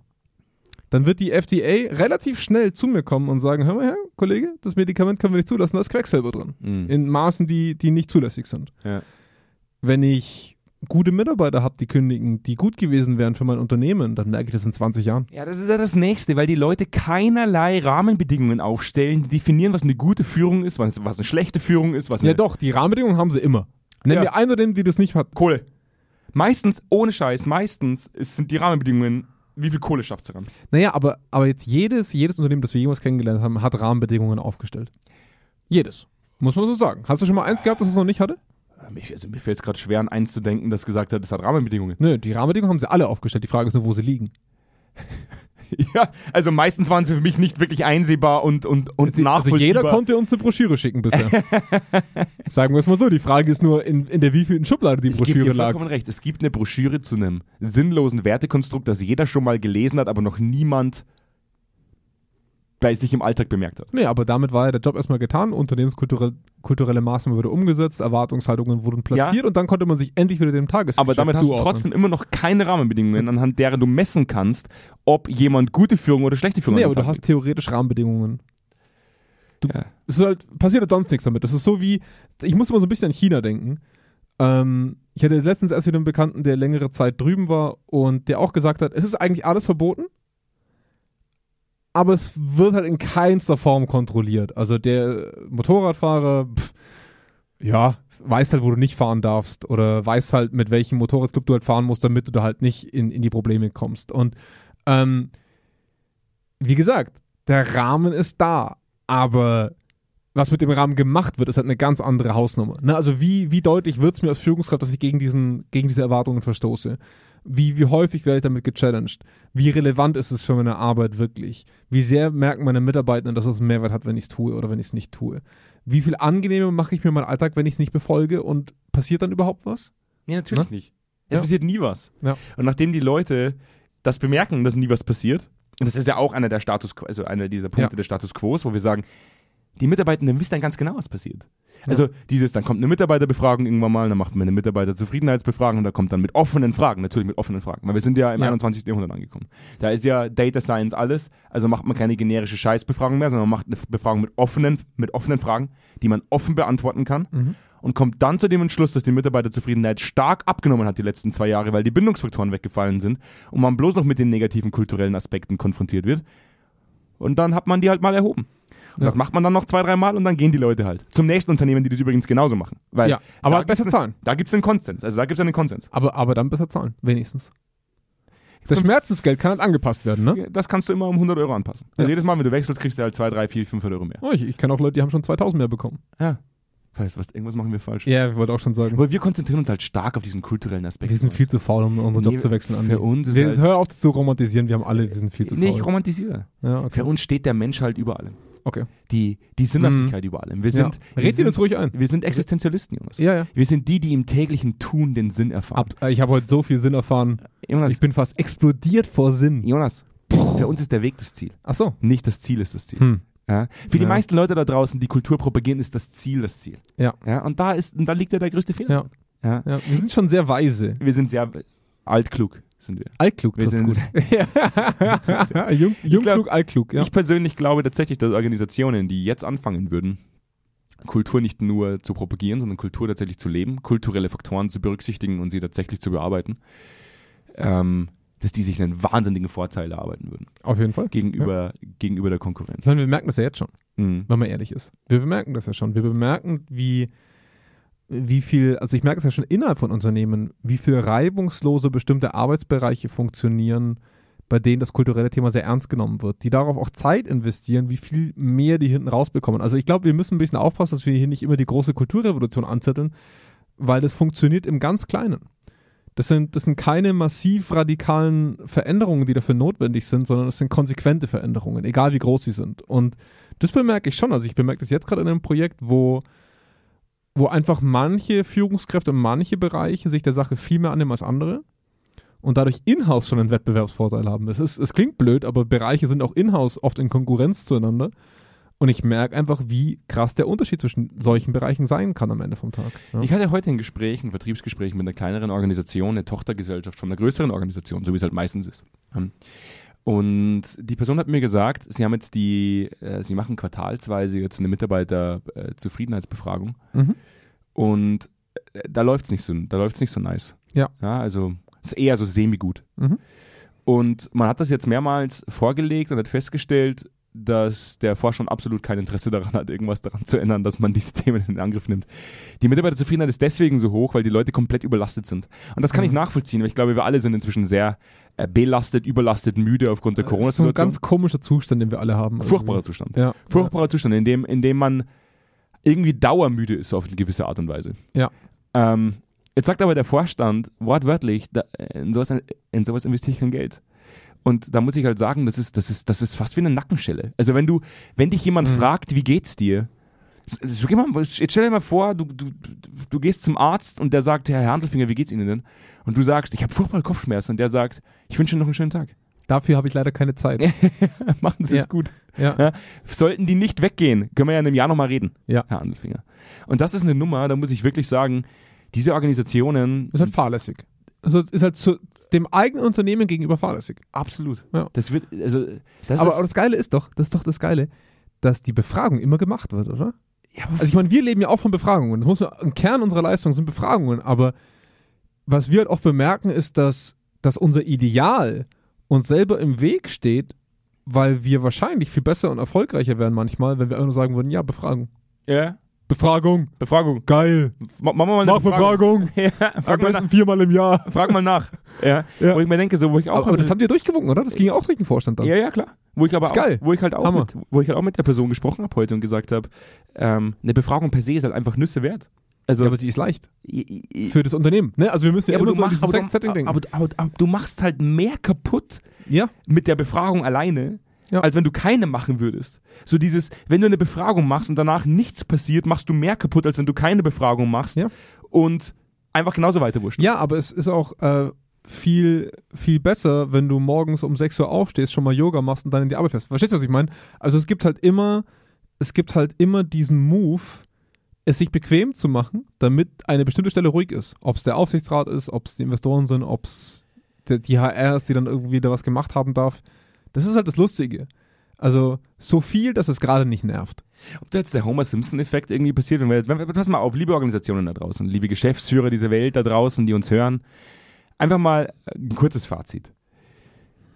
S2: dann wird die FDA relativ schnell zu mir kommen und sagen, hör mal her, Kollege, das Medikament können wir nicht zulassen, da ist Quecksilber drin.
S1: Mhm.
S2: In Maßen, die, die nicht zulässig sind
S1: Ja.
S2: wenn ich gute Mitarbeiter habe, die kündigen, die gut gewesen wären für mein Unternehmen, dann merke ich das in 20 Jahren.
S1: Ja, das ist ja das Nächste, weil die Leute keinerlei Rahmenbedingungen aufstellen, die definieren, was eine gute Führung ist, was, was eine schlechte Führung ist, was eine
S2: Ja doch, die Rahmenbedingungen haben sie immer. Nenn
S1: Ja.
S2: mir einen oder den, die das nicht hat.
S1: Kohle. Meistens, ohne Scheiß, meistens ist, sind die Rahmenbedingungen, wie viel Kohle schaffst du ran?
S2: Naja, aber, aber jetzt jedes, jedes Unternehmen, das wir jemals kennengelernt haben, hat Rahmenbedingungen aufgestellt. Jedes. Muss man so sagen. Hast du schon mal eins gehabt, das es noch nicht hatte?
S1: Mich, also mir fällt es gerade schwer, an eins zu denken, das gesagt hat, das hat Rahmenbedingungen.
S2: Nö, die Rahmenbedingungen haben sie alle aufgestellt. Die Frage ist nur, wo sie liegen.
S1: Ja, also meistens waren sie für mich nicht wirklich einsehbar und, und, und
S2: also
S1: nachvollziehbar.
S2: jeder konnte uns eine Broschüre schicken bisher. sagen wir es mal so. Die Frage ist nur, in, in der wievielten Schublade die
S1: ich gebe
S2: Broschüre
S1: dir
S2: lag.
S1: vollkommen recht. Es gibt eine Broschüre zu einem sinnlosen Wertekonstrukt, das jeder schon mal gelesen hat, aber noch niemand bei sich im Alltag bemerkt hat.
S2: Nee, aber damit war ja der Job erstmal getan. Unternehmenskulturelle kulturelle Maßnahmen wurden umgesetzt, Erwartungshaltungen wurden platziert und dann konnte man sich endlich wieder dem Tagesgeschäft
S1: Aber damit hast du
S2: zuordnen.
S1: trotzdem immer noch keine Rahmenbedingungen, anhand derer du messen kannst, ob jemand gute Führung oder schlechte Führung
S2: Nee,
S1: an
S2: aber
S1: den
S2: du
S1: Tag
S2: hast theoretisch Rahmenbedingungen. Du,
S1: Ja.
S2: Es ist halt, passiert halt sonst nichts damit. Das ist so wie, ich muss immer so ein bisschen an China denken. Ähm, ich hatte letztens erst wieder einen Bekannten, der längere Zeit drüben war und der auch gesagt hat, es ist eigentlich alles verboten, aber es wird halt in keinster Form kontrolliert. Also der Motorradfahrer, pff, ja, weiß halt, wo du nicht fahren darfst oder weiß halt, mit welchem Motorradclub du halt fahren musst, damit du da halt nicht in, in die Probleme kommst. Und ähm, wie gesagt, der Rahmen ist da, aber was mit dem Rahmen gemacht wird, ist halt eine ganz andere Hausnummer. Ne? Also wie, wie deutlich wird es mir als Führungskraft, dass ich gegen, diesen, gegen diese Erwartungen verstoße? Wie, wie häufig werde ich damit gechallenged? Wie relevant ist es für meine Arbeit wirklich? Wie sehr merken meine Mitarbeitenden, dass es einen Mehrwert hat, wenn ich es tue oder wenn ich es nicht tue? Wie viel angenehmer mache ich mir meinen Alltag, wenn ich es nicht befolge und passiert dann überhaupt was?
S1: Nee, natürlich nicht. Es
S2: Ne? Ja.
S1: passiert nie was.
S2: Ja.
S1: Und nachdem die Leute das bemerken, dass nie was passiert, und das ist ja auch einer der Status, also einer dieser Punkte
S2: Ja.
S1: des Status Quos, wo wir sagen, die Mitarbeitenden wissen dann ganz genau, was passiert. Also dieses, dann kommt eine Mitarbeiterbefragung irgendwann mal, dann macht man eine Mitarbeiterzufriedenheitsbefragung und da kommt dann mit offenen Fragen, natürlich mit offenen Fragen, weil wir sind ja im
S2: Ja.
S1: 21. Jahrhundert angekommen. Da ist ja Data Science alles, also macht man keine generische Scheißbefragung mehr, sondern man macht eine Befragung mit offenen, mit offenen Fragen, die man offen beantworten kann
S2: Mhm.
S1: und kommt dann zu dem Entschluss, dass die Mitarbeiterzufriedenheit stark abgenommen hat die letzten zwei Jahre, weil die Bindungsfaktoren weggefallen sind und man bloß noch mit den negativen kulturellen Aspekten konfrontiert wird. Und dann hat man die halt mal erhoben. Und
S2: Ja.
S1: das macht man dann noch zwei, dreimal und dann gehen die Leute halt. Zum nächsten Unternehmen, die das übrigens genauso machen. Weil
S2: Ja, aber
S1: da
S2: besser
S1: gibt's
S2: zahlen.
S1: Da gibt es einen Konsens. Also da gibt es einen Konsens.
S2: Aber, aber dann besser zahlen, wenigstens. Das Schmerzensgeld kann halt angepasst werden, ne?
S1: Das kannst du immer um 100 Euro anpassen. Also
S2: Ja.
S1: jedes Mal, wenn du wechselst, kriegst du halt 2, 3, 4, 500 Euro mehr.
S2: Oh, ich ich kenne auch Leute, die haben schon 2000 mehr bekommen.
S1: Ja. Vielleicht, was, irgendwas machen wir falsch.
S2: Ja, ich wollte auch schon sagen.
S1: Aber wir konzentrieren uns halt stark auf diesen kulturellen Aspekt.
S2: Wir sind viel zu faul, um unseren
S1: Nee,
S2: Job zu wechseln.
S1: für
S2: Andi.
S1: uns ist
S2: wir,
S1: halt-
S2: Hör auf zu romantisieren, wir haben alle, wir sind viel zu
S1: Nee, ich
S2: faul.
S1: romantisiere.
S2: ja,
S1: Für
S2: okay.
S1: uns steht der Mensch halt über allem.
S2: okay. Mhm.
S1: Die, die Sinnhaftigkeit über allem. Wir sind,
S2: ja.
S1: wir
S2: Red dir
S1: sind,
S2: das ruhig ein.
S1: wir sind Existenzialisten, Jungs.
S2: Ja, ja.
S1: Wir sind die, die im täglichen Tun den Sinn erfahren.
S2: Ab, äh, ich habe heute so viel Sinn erfahren.
S1: Jonas,
S2: Ich bin fast explodiert vor Sinn.
S1: Jonas für uns ist der Weg das Ziel.
S2: Ach so.
S1: Nicht das Ziel ist das Ziel.
S2: Hm.
S1: Ja? Für die
S2: Ja.
S1: meisten Leute da draußen, die Kultur propagieren, ist das Ziel das Ziel.
S2: Ja.
S1: Ja? Und, da ist, und da liegt ja der größte Fehler.
S2: Ja.
S1: Ja.
S2: ja. Wir sind schon sehr weise.
S1: Wir sind sehr altklug. Sind wir.
S2: Altklug
S1: Wir
S2: trifft's
S1: sind
S2: gut. Ja. Jung, jungklug, altklug. Ja.
S1: Ich persönlich glaube tatsächlich, dass Organisationen, die jetzt anfangen würden, Kultur nicht nur zu propagieren, sondern Kultur tatsächlich zu leben, kulturelle Faktoren zu berücksichtigen und sie tatsächlich zu bearbeiten, ähm, dass die sich einen wahnsinnigen Vorteil erarbeiten würden
S2: Auf jeden Fall.
S1: gegenüber, gegenüber der Konkurrenz.
S2: Sondern wir merken das ja jetzt schon.
S1: Mhm.
S2: wenn man ehrlich ist. Wir bemerken das ja schon. Wir bemerken, wie, wie viel, also ich merke es ja schon innerhalb von Unternehmen, wie viel reibungslose bestimmte Arbeitsbereiche funktionieren, bei denen das kulturelle Thema sehr ernst genommen wird, die darauf auch Zeit investieren, wie viel mehr die hinten rausbekommen. Also ich glaube, wir müssen ein bisschen aufpassen, dass wir hier nicht immer die große Kulturrevolution anzetteln, weil das funktioniert im ganz Kleinen. Das sind, das sind keine massiv radikalen Veränderungen, die dafür notwendig sind, sondern es sind konsequente Veränderungen, egal wie groß sie sind. Und das bemerke ich schon. Also ich bemerke das jetzt gerade in einem Projekt, wo, wo einfach manche Führungskräfte und manche Bereiche sich der Sache viel mehr annehmen als andere und dadurch in-house schon einen Wettbewerbsvorteil haben. Es, ist, es klingt blöd, aber Bereiche sind auch in-house oft in Konkurrenz zueinander. Und ich merke einfach, wie krass der Unterschied zwischen solchen Bereichen sein kann am Ende vom Tag. Ja.
S1: Ich hatte heute ein Gespräch, ein Vertriebsgespräch mit einer kleineren Organisation, eine Tochtergesellschaft von einer größeren Organisation, so wie es halt meistens ist. Ähm, Und die Person hat mir gesagt, sie haben jetzt die, äh, sie machen quartalsweise jetzt eine äh, Mitarbeiterzufriedenheitsbefragung.
S2: Mhm.
S1: Und äh, da läuft es nicht, so, da läuft's nicht so nice.
S2: Ja.
S1: ja. Also ist eher so semi-gut.
S2: Mhm.
S1: Und man hat das jetzt mehrmals vorgelegt und hat festgestellt, dass der Vorstand absolut kein Interesse daran hat, irgendwas daran zu ändern, dass man diese Themen in Angriff nimmt. Die Mitarbeiterzufriedenheit ist deswegen so hoch, weil die Leute komplett überlastet sind. Und das kann
S2: Mhm.
S1: ich nachvollziehen, weil ich glaube, wir alle sind inzwischen sehr äh, belastet, überlastet, müde aufgrund der
S2: Das Äh, ist so ein Mhm.
S1: Corona-Situation.
S2: ganz komischer Zustand, den wir alle haben.
S1: Furchtbarer Zustand.
S2: Ja.
S1: Furchtbarer Zustand, in dem, in dem man irgendwie dauermüde ist auf eine gewisse Art und Weise.
S2: Ja.
S1: Ähm, jetzt sagt aber der Vorstand wortwörtlich, da, in, sowas, in sowas investiere ich kein Geld. Und da muss ich halt sagen, das ist, das ist, das ist fast wie eine Nackenschelle. Also wenn du, wenn dich jemand
S2: Mhm.
S1: fragt, wie geht's dir, S- so, geh mal, jetzt stell dir mal vor, du, du, du gehst zum Arzt und der sagt, Herr Handelfinger, wie geht's Ihnen denn? Und du sagst, ich habe furchtbare Kopfschmerzen und der sagt, ich wünsche Ihnen noch einen schönen Tag.
S2: Dafür habe ich leider keine Zeit.
S1: Machen Sie
S2: Ja.
S1: es gut.
S2: Ja.
S1: Ja, sollten die nicht weggehen, können wir ja in einem Jahr nochmal reden,
S2: Ja.
S1: Herr Andelfinger. Und das ist eine Nummer, da muss ich wirklich sagen, diese Organisationen,
S2: Ist halt fahrlässig. Also es ist halt zu dem eigenen Unternehmen gegenüber fahrlässig.
S1: absolut.
S2: Ja.
S1: Das wird, also, das
S2: aber,
S1: ist,
S2: aber das Geile ist doch, das ist doch das Geile, dass die Befragung immer gemacht wird, oder?
S1: Ja,
S2: Also ich meine, wir leben ja auch von Befragungen. Das muss man, Im Kern unserer Leistung sind Befragungen, aber was wir halt oft bemerken, ist, dass, dass unser Ideal uns selber im Weg steht, weil wir wahrscheinlich viel besser und erfolgreicher wären manchmal, wenn wir einfach nur sagen würden, ja, Befragung.
S1: ja.
S2: Befragung,
S1: Befragung.
S2: geil,
S1: Ma- Machen wir mal eine
S2: mach Befragung,
S1: Ja,
S2: am
S1: frag, mal nach,
S2: besten viermal im Jahr.
S1: frag mal nach. Ja,
S2: Ja.
S1: Wo ich mir denke, so, wo ich auch.
S2: Aber, aber das haben die durchgewunken, oder? Das ging ja auch durch den Vorstand dann.
S1: ja, ja, klar. Wo ich aber
S2: Ist geil.
S1: Auch, wo ich halt auch
S2: Hammer.
S1: mit, wo ich halt auch mit der Person gesprochen habe heute und gesagt habe, ähm, eine Befragung per se ist halt einfach Nüsse wert. Also
S2: Ja, aber sie ist leicht
S1: i- i-
S2: für das Unternehmen. Ne? Also wir müssen ja,
S1: Ja,
S2: immer
S1: aber,
S2: nur
S1: du
S2: so in
S1: machst,
S2: diesem
S1: aber,
S2: Setting
S1: du,
S2: denken.
S1: aber, aber, aber du machst halt mehr kaputt
S2: ja.
S1: mit der Befragung alleine,
S2: Ja.
S1: als wenn du keine machen würdest. So dieses, wenn du eine Befragung machst und danach nichts passiert, machst du mehr kaputt, als wenn du keine Befragung machst
S2: Ja.
S1: und einfach genauso weiterwurscht.
S2: Ja, aber es ist auch äh, viel, viel besser, wenn du morgens um 6 Uhr aufstehst, schon mal Yoga machst und dann in die Arbeit fährst. Verstehst du, was ich meine? Also es gibt halt immer, es gibt halt immer diesen Move, es sich bequem zu machen, damit eine bestimmte Stelle ruhig ist. Ob es der Aufsichtsrat ist, ob es die Investoren sind, ob es die- die HR ist, die dann irgendwie da was gemacht haben darf. Das ist halt das Lustige. Also so viel, dass es gerade nicht nervt.
S1: Ob da jetzt der Homer Simpson-Effekt irgendwie passiert, wenn wir jetzt, wenn wir- pass mal auf, liebe Organisationen da draußen, liebe Geschäftsführer dieser Welt da draußen, die uns hören, einfach mal ein kurzes Fazit.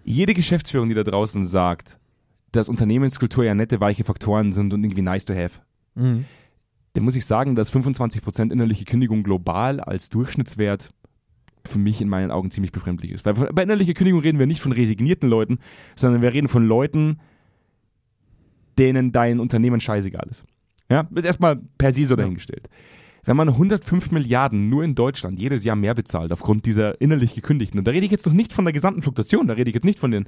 S1: Jede Geschäftsführung, die da draußen sagt, dass Unternehmenskultur ja nette, weiche Faktoren sind und irgendwie nice to have, dann muss ich sagen, dass 25% innerliche Kündigung global als Durchschnittswert für mich in meinen Augen ziemlich befremdlich ist. Weil von- bei innerlicher Kündigung reden wir nicht von resignierten Leuten, sondern wir reden von Leuten, denen dein Unternehmen scheißegal ist. Ja, wird erstmal per se so dahingestellt. Wenn man 105 Milliarden nur in Deutschland jedes Jahr mehr bezahlt aufgrund dieser innerlich gekündigten, und da rede ich jetzt noch nicht von der gesamten Fluktuation, da rede ich jetzt nicht von den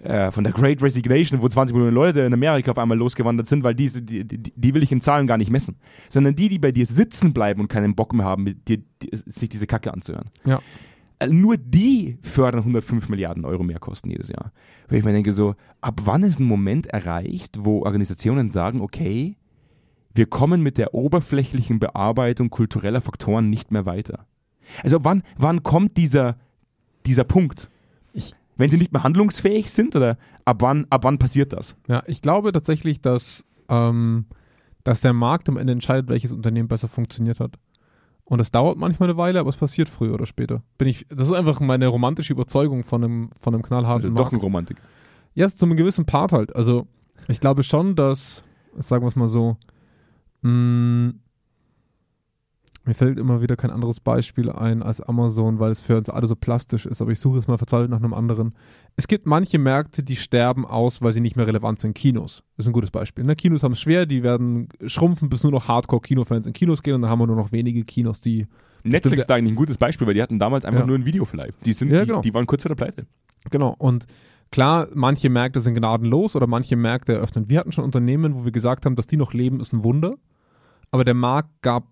S1: äh, von der Great Resignation, wo 20 Millionen Leute in Amerika auf einmal losgewandert sind, weil diese, die, die, die will ich in Zahlen gar nicht messen. Sondern die, die bei dir sitzen bleiben und keinen Bock mehr haben, mit dir, die, sich diese Kacke anzuhören.
S2: Ja.
S1: Äh, Nur die fördern 105 Milliarden Euro mehr Kosten jedes Jahr. Weil ich mir denke, so, ab wann ist ein Moment erreicht, wo Organisationen sagen, okay, wir kommen mit der oberflächlichen Bearbeitung kultureller Faktoren nicht mehr weiter. Also wann, wann kommt dieser, dieser Punkt?
S2: Ich-
S1: Wenn sie nicht mehr handlungsfähig sind oder ab wann, ab wann passiert das?
S2: Ja, ich glaube tatsächlich, dass, ähm, dass der Markt am Ende entscheidet, welches Unternehmen besser funktioniert hat. Und das dauert manchmal eine Weile, aber es passiert früher oder später. Bin ich, das ist einfach meine romantische Überzeugung von einem, von einem knallharten
S1: Also doch eine
S2: Markt.
S1: Romantik.
S2: Ja, zu einem gewissen Part halt. Also ich glaube schon, dass, sagen wir es mal so, mh, mir fällt immer wieder kein anderes Beispiel ein als Amazon, weil es für uns alle so plastisch ist. Aber ich suche jetzt mal verzweifelt nach einem anderen. Es gibt manche Märkte, die sterben aus, weil sie nicht mehr relevant sind. Kinos ist ein gutes Beispiel. Ne? Kinos haben es schwer, die werden schrumpfen, bis nur noch Hardcore-Kinofans in Kinos gehen und dann haben wir nur noch wenige Kinos, die
S1: Netflix
S2: Stimmt,
S1: ist da eigentlich ein gutes Beispiel, weil die hatten damals einfach
S2: Ja.
S1: nur ein Videoverleih. Die, sind,
S2: Ja,
S1: die,
S2: genau.
S1: die waren kurz vor der Pleite.
S2: Genau. Und klar, manche Märkte sind gnadenlos oder manche Märkte eröffnen. Wir hatten schon Unternehmen, wo wir gesagt haben, dass die noch leben, ist ein Wunder. Aber der Markt gab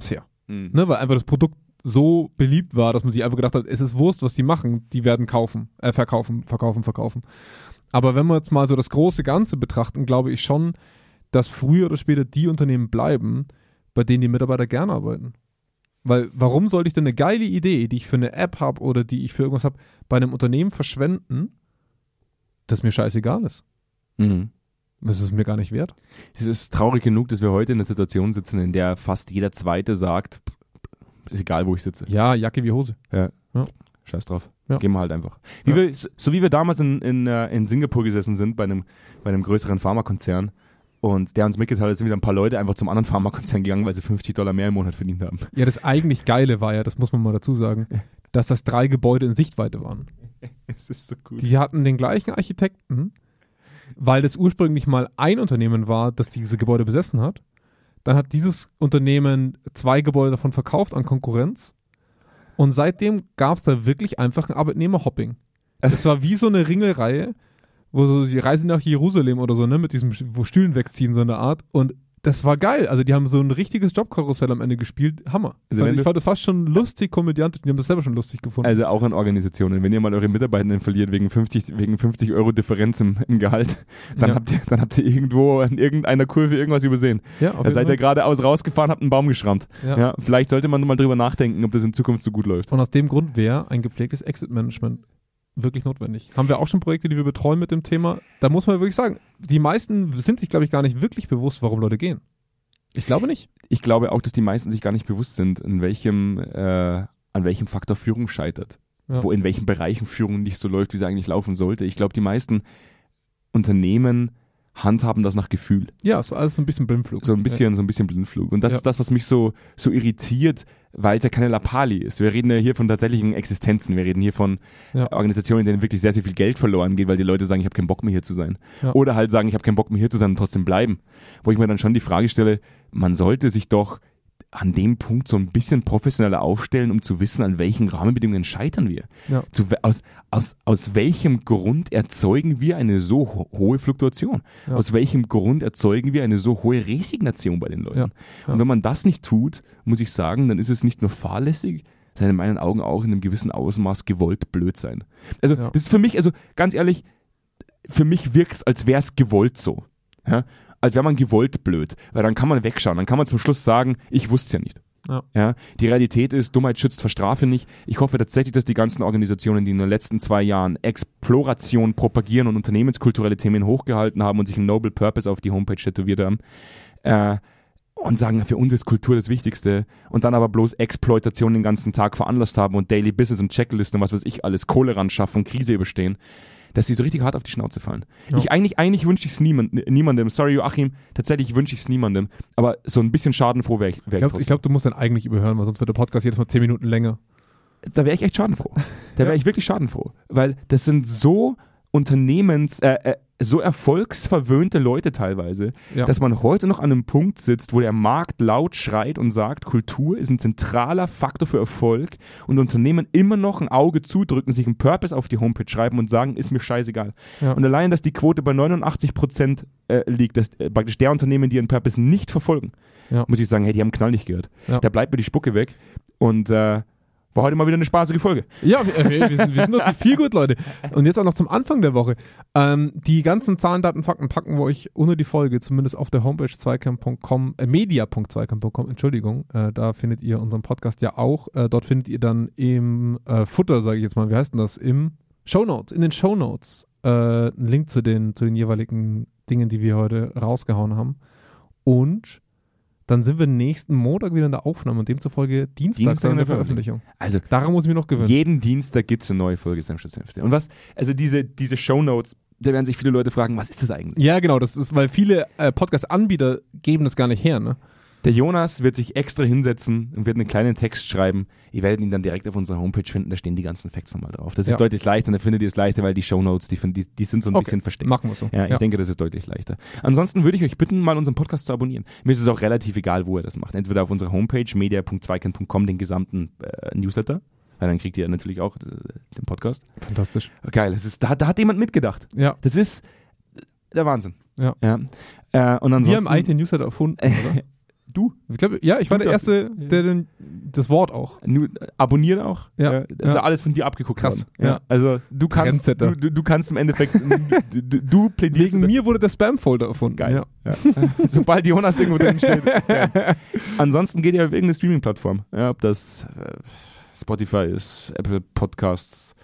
S2: es her. Ne? Weil einfach das Produkt so beliebt war, dass man sich einfach gedacht hat, es ist Wurst, was die machen. Die werden kaufen, äh, verkaufen, verkaufen, verkaufen. Aber wenn wir jetzt mal so das große Ganze betrachten, glaube ich schon, dass früher oder später die Unternehmen bleiben, bei denen die Mitarbeiter gerne arbeiten. Weil warum sollte ich denn eine geile Idee, die ich für eine App habe oder die ich für irgendwas habe, bei einem Unternehmen verschwenden, das mir scheißegal ist?
S1: Mhm.
S2: Das ist mir gar nicht wert.
S1: Es ist traurig genug, dass wir heute in einer Situation sitzen, in der fast jeder Zweite sagt, "Pff, pff, ist egal, wo ich sitze.
S2: Ja, Jacke wie Hose.
S1: Scheiß drauf.
S2: Ja.
S1: Gehen wir halt einfach. Wie
S2: Ja.
S1: wir, so- so wie wir damals in, in, äh, in Singapur gesessen sind bei einem, bei einem größeren Pharmakonzern und der uns mitgeteilt hat, sind wieder ein paar Leute einfach zum anderen Pharmakonzern gegangen, weil sie 50 Dollar mehr im Monat verdient haben.
S2: Ja, das eigentlich Geile war ja, das muss man mal dazu sagen, dass das drei Gebäude in Sichtweite waren.
S1: Es ist so cool.
S2: Die hatten den gleichen Architekten, weil das ursprünglich mal ein Unternehmen war, das diese Gebäude besessen hat. Dann hat dieses Unternehmen zwei Gebäude davon verkauft an Konkurrenz. Und seitdem gab es da wirklich einfach ein Arbeitnehmerhopping. Das war wie so eine Ringelreihe, wo so die Reise nach Jerusalem oder so, ne, mit diesem Sch- wo Stühlen wegziehen, so eine Art. Und das war geil. Also, die haben so ein richtiges Jobkarussell am Ende gespielt. Hammer.
S1: Also
S2: Also
S1: wenn
S2: ich
S1: du-
S2: fand das fast schon lustig, komödiantisch. Die haben das selber schon lustig gefunden.
S1: Also auch an Organisationen. Wenn ihr mal eure Mitarbeitenden verliert wegen 50, wegen 50 Euro Differenz im, im Gehalt, dann,
S2: Ja.
S1: habt ihr, dann habt ihr irgendwo an irgendeiner Kurve irgendwas übersehen.
S2: ja, auf
S1: Dann
S2: jeden
S1: seid ihr
S2: Fall.
S1: geradeaus rausgefahren, habt einen Baum geschrammt.
S2: Ja.
S1: Ja. vielleicht sollte man mal drüber nachdenken, ob das in Zukunft so gut läuft.
S2: Und aus dem Grund wäre ein gepflegtes Exit-Management wirklich notwendig. Haben wir auch schon Projekte, die wir betreuen mit dem Thema. Da muss man wirklich sagen, die meisten sind sich, glaube ich, gar nicht wirklich bewusst, warum Leute gehen. Ich glaube nicht.
S1: Ich glaube auch, dass die meisten sich gar nicht bewusst sind, in welchem, äh, an welchem Faktor Führung scheitert.
S2: Ja.
S1: Wo in welchen Bereichen Führung nicht so läuft, wie sie eigentlich laufen sollte. Ich glaube, die meisten Unternehmen handhaben das nach Gefühl.
S2: Ja, ist alles so ein bisschen Blindflug.
S1: So ein bisschen, so ein bisschen Blindflug. Und das
S2: Ja.
S1: ist das, was mich so, so irritiert, weil es ja keine Lapali ist. Wir reden ja hier von tatsächlichen Existenzen. Wir reden hier von
S2: Ja.
S1: Organisationen, in denen wirklich sehr, sehr viel Geld verloren geht, weil die Leute sagen, ich habe keinen Bock mehr hier zu sein.
S2: Ja.
S1: Oder halt sagen, ich habe keinen Bock mehr hier zu sein und trotzdem bleiben. Wo ich mir dann schon die Frage stelle, man sollte sich doch an dem Punkt so ein bisschen professioneller aufstellen, um zu wissen, an welchen Rahmenbedingungen scheitern wir.
S2: Ja.
S1: Zu, we- aus, aus, aus welchem Grund erzeugen wir eine so ho hohe Fluktuation?
S2: Ja.
S1: Aus welchem Grund erzeugen wir eine so hohe Resignation bei den Leuten?
S2: Ja. Ja.
S1: Und wenn man das nicht tut, muss ich sagen, dann ist es nicht nur fahrlässig, sondern in meinen Augen auch in einem gewissen Ausmaß gewollt blöd sein. Also
S2: Ja.
S1: das ist für mich, also ganz ehrlich, für mich wirkt es, als wäre es gewollt so. Ja? Als wäre man gewollt blöd. Weil dann kann man wegschauen, dann kann man zum Schluss sagen, ich wusste es ja nicht.
S2: Ja.
S1: Ja, die Realität ist, Dummheit schützt vor Strafe nicht. Ich hoffe tatsächlich, dass die ganzen Organisationen, die in den letzten zwei Jahren Exploration propagieren und unternehmenskulturelle Themen hochgehalten haben und sich einen Noble Purpose auf die Homepage tätowiert haben, äh, und sagen, für uns ist Kultur das Wichtigste und dann aber bloß Exploitation den ganzen Tag veranlasst haben und Daily Business und Checklisten und was weiß ich alles, Kohle ran schaffen und Krise überstehen, dass die so richtig hart auf die Schnauze fallen.
S2: Ja.
S1: Ich eigentlich, eigentlich wünsche ich es niemand, niemandem. Sorry, Joachim, tatsächlich wünsche ich es niemandem. Aber so ein bisschen schadenfroh wäre ich, wär
S2: Ich
S1: ich,
S2: glaube,
S1: trotzdem.
S2: glaub, du musst dann eigentlich überhören, weil sonst wird der Podcast jedes Mal 10 Minuten länger.
S1: da wäre ich echt schadenfroh. Da wäre
S2: Ja.
S1: ich wirklich schadenfroh. Weil das sind so Unternehmens, äh, äh, so erfolgsverwöhnte Leute teilweise,
S2: Ja.
S1: dass man heute noch an einem Punkt sitzt, wo der Markt laut schreit und sagt, Kultur ist ein zentraler Faktor für Erfolg und Unternehmen immer noch ein Auge zudrücken, sich einen Purpose auf die Homepage schreiben und sagen, ist mir scheißegal.
S2: Ja.
S1: Und allein, dass die Quote bei 89 Prozent äh, liegt, dass äh, praktisch der Unternehmen, die ihren Purpose nicht verfolgen,
S2: Ja.
S1: muss ich sagen, hey, die haben Knall nicht gehört.
S2: Ja.
S1: Da bleibt mir die Spucke weg und äh, war heute mal wieder eine spaßige Folge.
S2: Ja, wir, äh, wir, wir, sind, wir sind doch die viel gut, Leute. Und jetzt auch noch zum Anfang der Woche. Ähm, die ganzen Zahlen, Daten, Fakten packen wir euch unter die Folge, zumindest auf der Homepage zweikern.com, äh, media.zweikern.com, Entschuldigung. Äh, da findet ihr unseren Podcast ja auch. Äh, dort findet ihr dann im äh, Futter, sage ich jetzt mal, wie heißt denn das? Im Shownotes, in den Shownotes äh, einen Link zu den, zu den jeweiligen Dingen, die wir heute rausgehauen haben. Und dann sind wir nächsten Montag wieder in der Aufnahme und demzufolge Dienstag,
S1: Dienstag
S2: dann
S1: in
S2: in der
S1: der
S2: Veröffentlichung.
S1: Also
S2: Daran muss ich mich noch gewöhnen.
S1: jeden Dienstag gibt es eine neue Folge Senf statt Senfte. Und was, also diese, diese Shownotes, da werden sich viele Leute fragen, was ist das eigentlich?
S2: Ja, genau, das ist, weil viele äh, Podcast-Anbieter geben das gar nicht her, ne?
S1: Der Jonas wird sich extra hinsetzen und wird einen kleinen Text schreiben. Ihr werdet ihn dann direkt auf unserer Homepage finden, da stehen die ganzen Facts nochmal drauf. Das
S2: Ja.
S1: ist deutlich leichter, und da findet ihr es leichter, weil die Shownotes, die, find- die, die sind so ein
S2: Okay,
S1: bisschen versteckt.
S2: Machen wir so.
S1: Ja, ich denke, das ist deutlich leichter. Ansonsten würde ich euch bitten, mal unseren Podcast zu abonnieren. Mir ist es auch relativ egal, wo ihr das macht. Entweder auf unserer Homepage media.zweikern.com den gesamten äh, Newsletter, weil dann kriegt ihr natürlich auch äh, den Podcast.
S2: fantastisch.
S1: Geil, das ist, da, da hat jemand mitgedacht.
S2: Ja.
S1: Das ist äh, der Wahnsinn.
S2: Ja.
S1: Äh, und ansonsten,
S2: Wir haben eigentlich den Newsletter erfunden, oder?
S1: du,
S2: Ich glaube, ja, ich war
S1: Du
S2: der
S1: darfst-
S2: Erste, der den, das Wort auch.
S1: nu, abonnieren auch.
S2: Ja.
S1: Äh, das ist
S2: Ja.
S1: alles von dir abgeguckt
S2: Krass.
S1: worden. Ja.
S2: Ja.
S1: Also du kannst, du,
S2: Trendsetter.
S1: du, du kannst im Endeffekt, du, du- du plädierst
S2: Wegen mir wurde der Spam-Folder erfunden.
S1: Geil.
S2: Ja.
S1: Sobald Jonas irgendwo drin steht. ist Spam. Ansonsten geht ihr auf irgendeine Streaming-Plattform. Ja, ob das äh, Spotify ist, Apple Podcasts,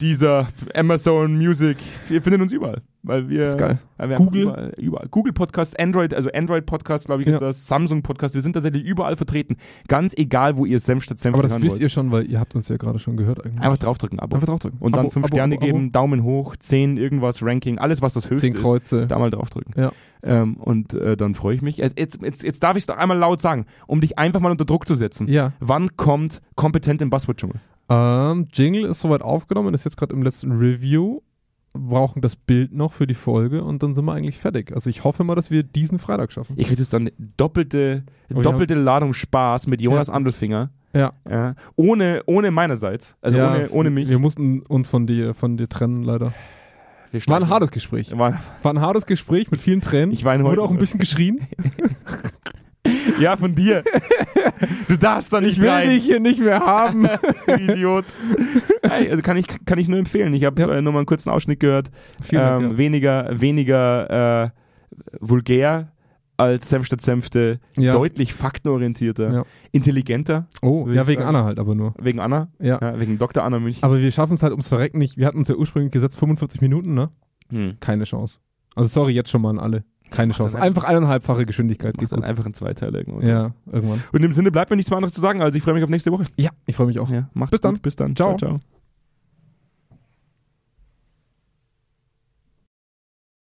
S1: dieser Amazon Music. Ihr findet uns überall. Weil wir,
S2: Ist geil.
S1: Weil wir
S2: Google?
S1: Überall, überall. Google Podcasts, Android, also Android Podcasts, glaube ich,
S2: Ja.
S1: ist das, Samsung Podcasts. Wir sind tatsächlich überall vertreten. Ganz egal, wo ihr Senf statt Senf
S2: Aber das
S1: hören
S2: wisst
S1: wollt.
S2: ihr schon, weil ihr habt uns ja gerade schon gehört eigentlich.
S1: Einfach draufdrücken, Abo.
S2: Einfach draufdrücken.
S1: und dann
S2: Abo,
S1: fünf
S2: Abo,
S1: Sterne
S2: Abo,
S1: geben, Daumen hoch, zehn irgendwas, Ranking, alles, was das
S2: Abo,
S1: höchste
S2: zehn
S1: ist.
S2: Kreuze.
S1: Da mal draufdrücken.
S2: Ja.
S1: Ähm, und äh, dann freue ich mich. Äh, Jetzt, jetzt, jetzt darf ich es doch einmal laut sagen, um dich einfach mal unter Druck zu setzen.
S2: Ja.
S1: Wann kommt kompetent im Buzzword-Dschungel?
S2: Ähm, Jingle ist soweit aufgenommen, ist jetzt gerade im letzten Review. Brauchen das Bild noch für die Folge und dann sind wir eigentlich fertig. Also ich hoffe mal, dass wir diesen Freitag schaffen.
S1: Ich kriege jetzt dann doppelte,
S2: Oh ja.
S1: doppelte Ladung Spaß mit Jonas
S2: Ja.
S1: Andelfinger.
S2: Ja.
S1: Ja. ohne, ohne meinerseits. Also
S2: Ja,
S1: ohne, ohne mich.
S2: Wir mussten uns von dir, von dir trennen, leider.
S1: Wir
S2: War
S1: schleichen.
S2: ein hartes Gespräch.
S1: War-
S2: War ein hartes Gespräch mit vielen Tränen.
S1: Ich weine heute.
S2: Wurde auch ein bisschen geschrien.
S1: Ja, von dir. du darfst da nicht rein.
S2: hier nicht mehr haben.
S1: du Idiot. Ey, Also kann ich, kann ich nur empfehlen. Ich habe
S2: Ja.
S1: äh, nur mal einen kurzen Ausschnitt gehört.
S2: Vielen Dank,
S1: ähm,
S2: ja.
S1: Weniger, weniger äh, vulgär als Senf statt Senfte.
S2: Ja.
S1: Deutlich faktenorientierter.
S2: Ja.
S1: Intelligenter.
S2: Oh,
S1: Würde
S2: ja,
S1: ich
S2: wegen
S1: sagen.
S2: Anna halt aber nur.
S1: Wegen Anna.
S2: Ja.
S1: Ja, wegen Dr. Anna München.
S2: Aber wir schaffen es halt ums Verrecken nicht. Wir hatten uns ja ursprünglich gesetzt 45 Minuten, ne?
S1: Hm.
S2: Keine Chance. Also sorry jetzt schon mal an alle. Keine
S1: das
S2: Chance.
S1: einfach-
S2: Einfach eineinhalbfache Geschwindigkeit
S1: Mach
S2: geht's
S1: dann
S2: gut.
S1: einfach in zwei Teile irgendwann.
S2: Ja, irgendwann.
S1: Und im Sinne bleibt mir nichts mehr anderes zu sagen. Also ich freue mich auf nächste Woche.
S2: Ja, ich freue mich auch.
S1: Ja, macht's
S2: Bis dann.
S1: Gut. Bis dann.
S2: Ciao.
S1: ciao.